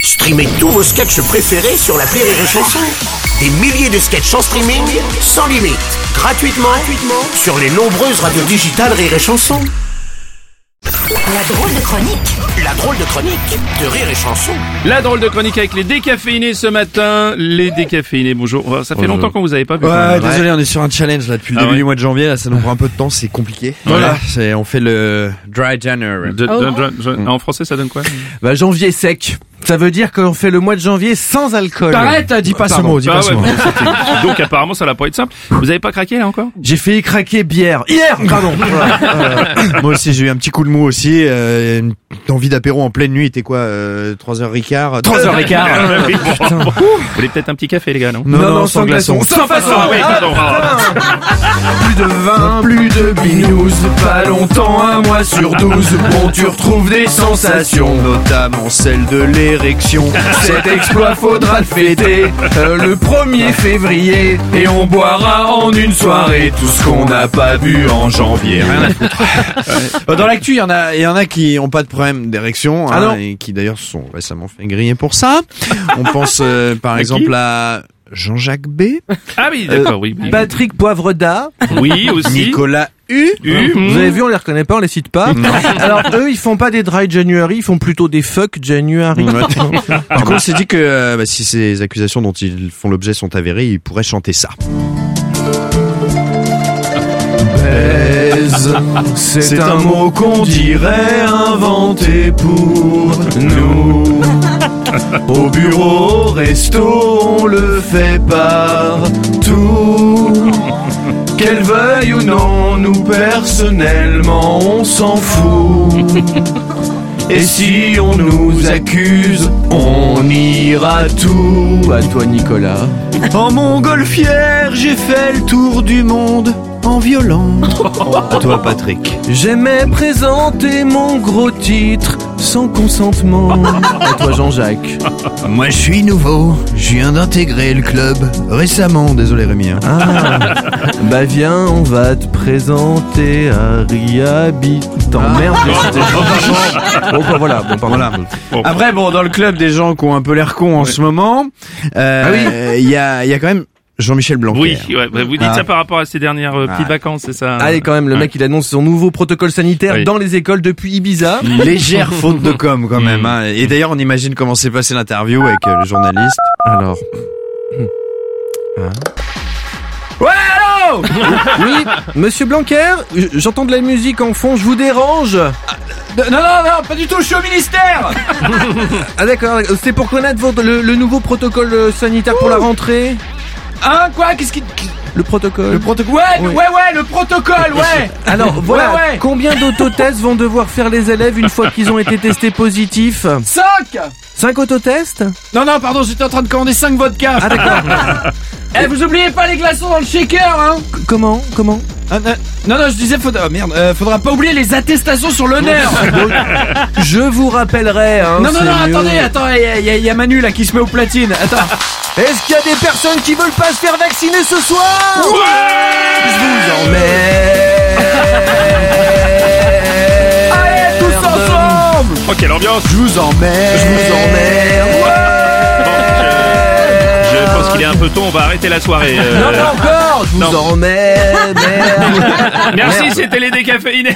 Streamez tous vos sketchs préférés sur la Rire et Chanson. Des milliers de sketchs en streaming, sans limite, gratuitement, gratuitement sur les nombreuses radios digitales Rire et Chanson. La drôle de chronique. La drôle de chronique de Rire et Chanson. La drôle de chronique avec les décaféinés ce matin. Les décaféinés, bonjour. Oh, Ça fait Bonjour. longtemps qu'on vous avait pas vu. quand même. Ouais, désolé, on est sur un challenge là depuis le Ah début ouais. du mois de janvier. Là, ça nous prend un peu de temps, c'est compliqué. Voilà. Voilà, c'est on fait le dry January. De- de- de- de- En français, ça donne quoi Bah janvier sec. Ça veut dire qu'on fait le mois de janvier sans alcool. T'arrêtes, dis pas ce mot, dis Ah pas ce ouais, mot. bon, c'était- Donc apparemment, ça va pas être simple. Vous avez pas craqué là encore J'ai failli craquer bière hier. Pardon. Voilà. Euh, moi aussi, j'ai eu un petit coup de mou aussi. Euh, une envie d'apéro en pleine nuit. T'es quoi, euh, 3 heures Ricard 3 heures Ricard. Ah Oui, bon. Vous voulez peut-être un petit café, les gars, non Non, non, sans glaçon. Sans façon. Ah, oui, pardon. Plus de vin, plus de binous, pas longtemps, un mois sur douze. Bon, tu retrouves des sensations, notamment celle de l'érection. Cet exploit faudra le fêter euh, le 1er février. Et on boira en une soirée tout ce qu'on n'a pas bu en janvier. Euh, Dans l'actu, il y en a, il y en a qui ont pas de problème d'érection, hein, et qui d'ailleurs se sont récemment fait griller pour ça. On pense, euh, par exemple à Jean-Jacques B. Ah oui, d'accord, oui. oui. Patrick Poivredat, Oui, Euh, aussi. Nicolas U. U, vous mm. avez vu, on les reconnaît pas, on les cite pas. Alors eux, ils font pas des dry January, ils font plutôt des fuck January. Du coup, on s'est dit que euh, bah, si ces accusations dont ils font l'objet sont avérées, ils pourraient chanter ça. c'est un mot qu'on dirait inventé pour nous. Au bureau, au resto, on le fait partout. Qu'elle veuille ou non, nous personnellement, on s'en fout. Et si on nous accuse, on ira tout. À toi, Nicolas. En montgolfière, j'ai fait le tour du monde en violon. À toi, Patrick. J'aimais présenter mon gros titre sans consentement. À toi Jean-Jacques. Moi, je suis nouveau. Je viens d'intégrer le club récemment. Désolé, Rémi. hein. Ah, bah viens, on va te présenter Harry Habitant. Ah. Merde, Oh, c'était Jean-Jacques. Bon, bah voilà, bon, pardon. Voilà. Après, bon, dans le club, des gens qui ont un peu l'air cons en ce moment. Euh, Il y, a, il y a quand même Jean-Michel Blanquer. Ah Oui, ouais, bah, vous dites Ah. ça par rapport à ces dernières euh, petites Ah. vacances, c'est ça Allez quand même, le mec il annonce son nouveau protocole sanitaire Oui. dans les écoles depuis Ibiza. Une légère faute de com quand même. Mm. hein. Et d'ailleurs, on imagine comment s'est passée l'interview avec euh, le journaliste. Alors. Oui, monsieur Blanquer, j- j'entends de la musique en fond, je vous dérange Ah, Non, non, non, pas du tout, je suis au ministère Ah d'accord, c'est pour connaître votre, le, le nouveau protocole euh, sanitaire pour la rentrée Hein, quoi Qu'est-ce qui. Le protocole Le protocole. Ouais, Oui. ouais, ouais, le protocole, ouais Alors voilà, Ouais, ouais. combien d'autotests vont devoir faire les élèves une fois qu'ils ont été testés positifs 5 5 autotests Non, non, pardon, j'étais en train de commander 5 vodka Ah d'accord, Eh, vous oubliez pas les glaçons dans le shaker, hein C- comment Comment Ah, ah, Non, non, je disais, faudra. oh, merde, euh, faudra pas oublier les attestations sur l'honneur Je vous rappellerai hein, Non, non, c'est non, mieux. attendez, attends, il y, a- y a- y a Manu là qui se met aux platines, attends Est-ce qu'il y a des personnes qui veulent pas se faire vacciner ce soir Je vous emmerde Allez, tous ensemble Oh, quelle ambiance Je vous emmerde Je vous emmerde Bon, je, je pense qu'il est un peu tôt, on va arrêter la soirée. euh. Non, pas encore Je vous Non. emmerde Merci, c'était les décaféinés